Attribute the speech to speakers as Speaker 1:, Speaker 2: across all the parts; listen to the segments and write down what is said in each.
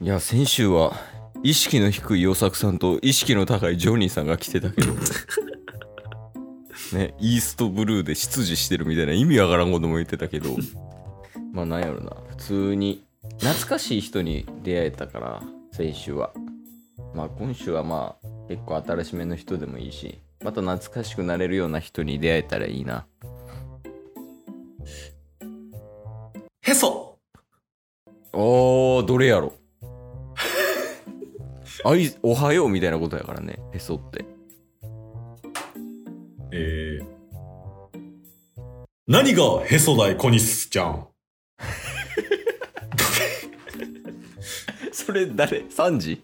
Speaker 1: いや先週は意識の低い与作さんと意識の高いジョニーさんが来てたけど ねイーストブルーで執事してるみたいな意味わからんことも言ってたけどまあなんやろな普通に懐かしい人に出会えたから先週はまあ今週はまあ結構新しめの人でもいいしまた懐かしくなれるような人に出会えたらいいな
Speaker 2: へそ
Speaker 1: おーどれやろ あいおはようみたいなことやからねへそって
Speaker 2: えー、何がへそだい、小西ちゃん。
Speaker 1: それ誰 ?3 時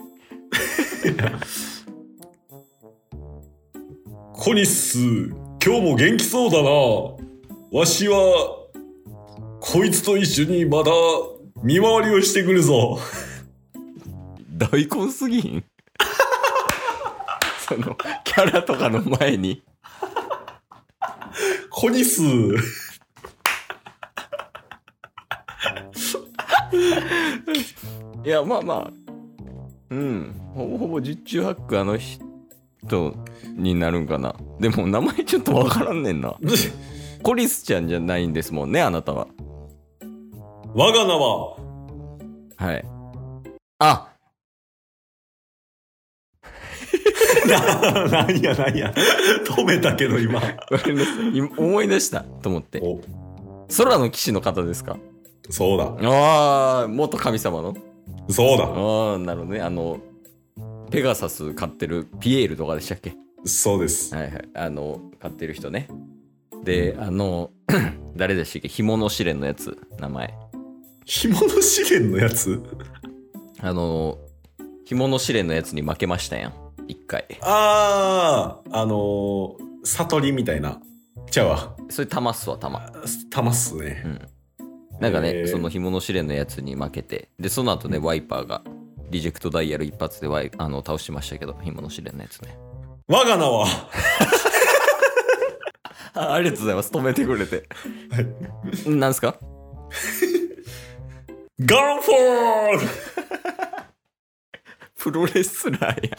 Speaker 2: 小西、今日も元気そうだな。わしは、こいつと一緒にまた見回りをしてくるぞ。
Speaker 1: 大根すぎ んそのキャラとかの前に
Speaker 2: 小西、
Speaker 1: いやまあまあうんほぼほぼ十中八九あの人になるんかなでも名前ちょっとわからんねんなコリスちゃんじゃないんですもんねあなたは
Speaker 2: 我が名は、
Speaker 1: はいあ
Speaker 2: な、なんやなんや。止めたけど今。
Speaker 1: ごめんなさい今思い出したと思って
Speaker 2: お、
Speaker 1: 空の騎士の方ですか
Speaker 2: そうだ。
Speaker 1: ああ元神様の
Speaker 2: そうだ。
Speaker 1: ああなるほどねあのペガサス買ってるピエールとかでしたっけ
Speaker 2: そうです。
Speaker 1: はいはいあの買ってる人ねであの 誰でしたっけ紐の試練のやつ名前
Speaker 2: 紐の試練のやつ
Speaker 1: あの紐の試練のやつに負けましたやん一回
Speaker 2: ああ、あのー、悟りみたいな。ちゃうわ。
Speaker 1: それ玉っすわ玉
Speaker 2: 玉っすね。
Speaker 1: なんかね、
Speaker 2: へー
Speaker 1: その紐の試練のやつに負けてでその後ねワイパーがリジェクトダイヤル一発でワイあの倒しましたけど紐の試練のやつね
Speaker 2: 我が名は、
Speaker 1: あありがとうございます止めてくれ てなんすか
Speaker 2: ガンフォール
Speaker 1: プロレスラーや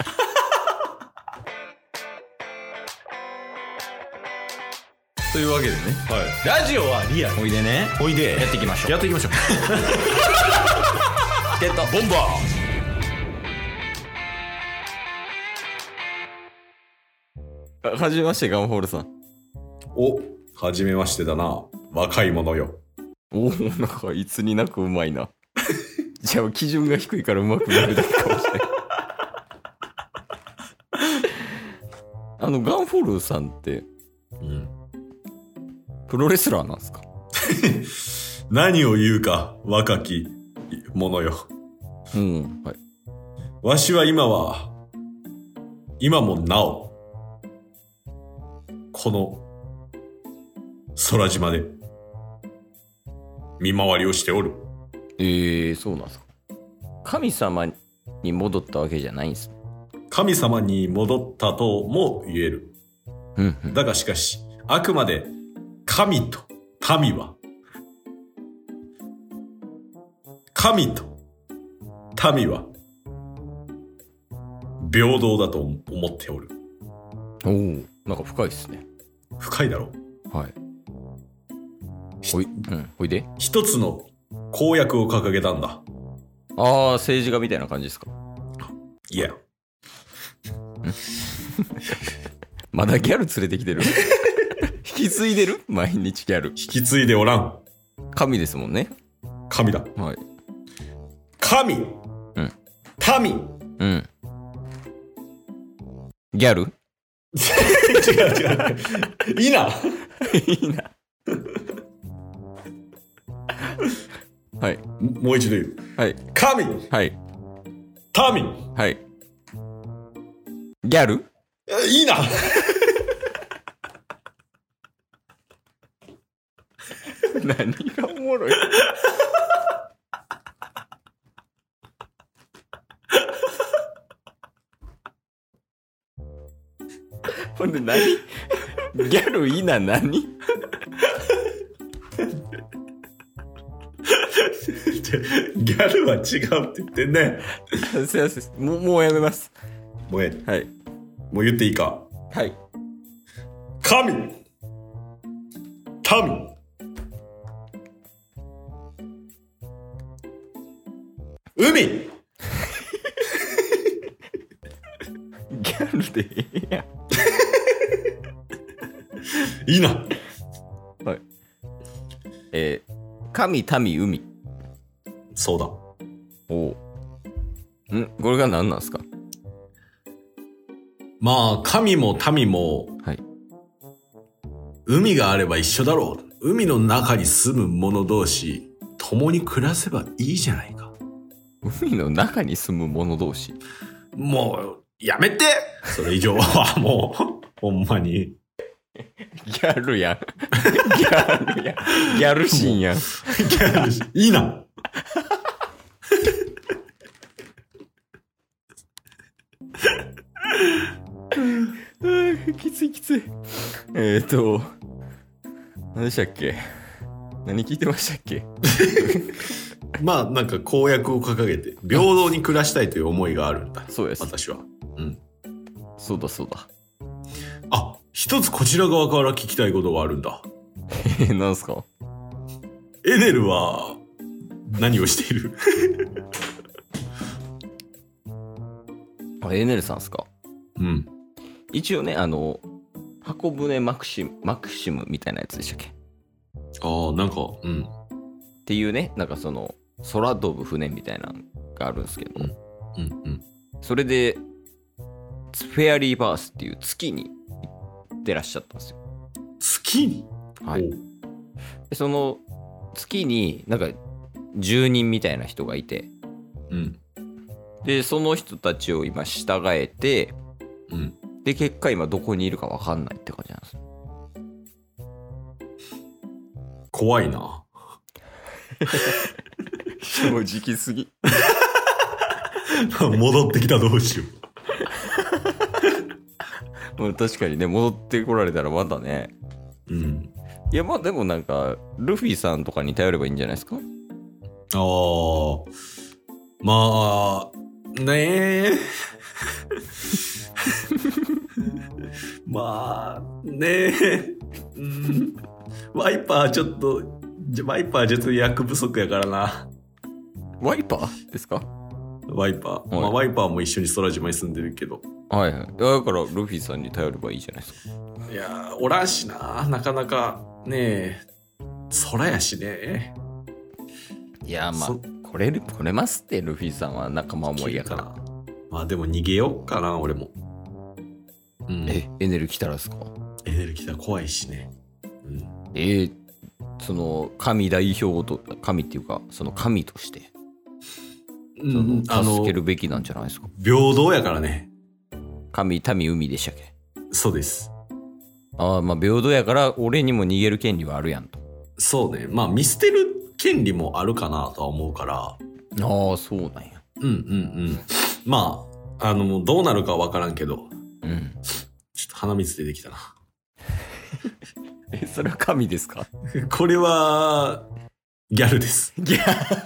Speaker 1: というわけでね
Speaker 2: はい。ラジオはリアル。
Speaker 1: おいでね
Speaker 2: おいで。
Speaker 1: やっていきましょう
Speaker 2: っていきましょう。
Speaker 1: ゲット
Speaker 2: ボンバ
Speaker 1: あはじめましてガンホールさん
Speaker 2: ーお、はじめましてだな。若い者よ。
Speaker 1: おおなんかいつになくうまい なじゃあ基準が低いからうまくなるだけかもしれ ないあのガンフォールさんって
Speaker 2: うん。
Speaker 1: プロレスラーなんですか
Speaker 2: 何を言うか、若き者よ。
Speaker 1: うんはい
Speaker 2: わしは今は、今もなお、この、空島で、見回りをしておる。
Speaker 1: ええー、そうなんですか神様に戻ったわけじゃないんですね
Speaker 2: 神様に戻ったとも言える。
Speaker 1: うんうん
Speaker 2: だがしかし、あくまで、神と民は、神と民は、平等だと思っておる。
Speaker 1: おおなんか深いですね
Speaker 2: 深いだろう。
Speaker 1: はいほい,、うん、ほいで
Speaker 2: 一つの公約を掲げたんだ。
Speaker 1: ああ政治家みたいな感じですか
Speaker 2: いや、
Speaker 1: まだギャル連れてき てる引き継いでる毎日ギャル
Speaker 2: 引き継いでおらん。
Speaker 1: 神ですもんね
Speaker 2: 神だ。
Speaker 1: はい
Speaker 2: 神、
Speaker 1: ん
Speaker 2: 民
Speaker 1: うんギャル
Speaker 2: 違う違う。いいな。
Speaker 1: いいなはい
Speaker 2: もう一度言う。
Speaker 1: はい
Speaker 2: 神、
Speaker 1: はい
Speaker 2: 民
Speaker 1: はいギャル
Speaker 2: えいいな。
Speaker 1: 何がおもろい ほんで何ギャルいな何
Speaker 2: 違う違ギャルは違うって言ってんね。
Speaker 1: すいませんもうもうやめます
Speaker 2: もうええ、
Speaker 1: はい
Speaker 2: もう言っていいか。
Speaker 1: はい
Speaker 2: 神民海
Speaker 1: ギャルでいいや
Speaker 2: いいな。
Speaker 1: えー、神民海
Speaker 2: そうだ。
Speaker 1: おおんこれが何なんですか
Speaker 2: まあ、神も民も、
Speaker 1: はい
Speaker 2: 海があれば一緒だろう。海の中に住む者同士、共に暮らせばいいじゃないか。
Speaker 1: 海の中に住む者同士
Speaker 2: もう、やめてそれ以上はもう、ほんま に。
Speaker 1: ギャルやん ギャルやんギャルシーンやん
Speaker 2: いいな。
Speaker 1: あーきついきつい。えっ、ー、と、何でしたっけ何聞いてましたっけ
Speaker 2: まあ、なんか公約を掲げて、平等に暮らしたいという思いがあるんだ。
Speaker 1: そうです。
Speaker 2: 私は。うん。
Speaker 1: そうだそうだ。
Speaker 2: あ、一つこちら側から聞きたいことがあるんだ。
Speaker 1: えー、なんすか
Speaker 2: エデルは、何をしている
Speaker 1: あ、エーネルさんっすか
Speaker 2: うん。
Speaker 1: 一応ね、あの、箱舟マクシム、マクシムみたいなやつでしたっけっ
Speaker 2: ああ、なんか、うん。
Speaker 1: ていうね、なんかその、空飛ぶ船みたいなのがあるんですけど、
Speaker 2: うん、うん。
Speaker 1: それで、フェアリーバースっていう月に行ってらっしゃったんですよ。
Speaker 2: 月に
Speaker 1: はい。
Speaker 2: お
Speaker 1: でその月になんか住人みたいな人がいて、
Speaker 2: うん。
Speaker 1: でその人たちを今従えて
Speaker 2: うん。
Speaker 1: で結果今どこにいるか分かんないって感じなんです
Speaker 2: 怖いな。
Speaker 1: 正直す ぎ
Speaker 2: 戻ってきたどうしよ
Speaker 1: 確かにね戻ってこられたらまだね
Speaker 2: う。うん。
Speaker 1: いやまあでもなんかルフィさんとかに頼ればいいんじゃないですか
Speaker 2: ああ。まあ、ねえ。 まあ、ねえ。うん。ワイパーちょっと、じゃワイパーちょっと役不足やからな。
Speaker 1: ワイパーですか
Speaker 2: ワイパー。まあ、ワイパーも一緒に空島に住んでるけど。
Speaker 1: はいはいだからルフィさんに頼ればいいじゃないですか
Speaker 2: いやー、おらんしな。なかなか、ねえ。空やしね。
Speaker 1: いやまあ
Speaker 2: そ
Speaker 1: 来れる来れますってルフィさんは仲間思いやから
Speaker 2: ら。まあでも逃げよっかな、俺も。うん。
Speaker 1: えエネル来たらですか
Speaker 2: エネルギーだ怖いしね。うん。
Speaker 1: えー、その神代表と神っていうかその神としてその
Speaker 2: あの
Speaker 1: 助け、るべきなんじゃないですか
Speaker 2: 平等やからね。
Speaker 1: 神民海でしたっけ
Speaker 2: そうです。
Speaker 1: ああまあ平等やから俺にも逃げる権利はあるやんと
Speaker 2: そうね。まあ見捨てる権利もあるかなとは思うから。
Speaker 1: ああそうなんや
Speaker 2: うんうんうん。まあ、あの、どうなるかわからんけど、
Speaker 1: うん
Speaker 2: ちょっと鼻水出てきたな。
Speaker 1: えそれは神ですか
Speaker 2: これは、ギャル です。
Speaker 1: ギャ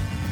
Speaker 3: す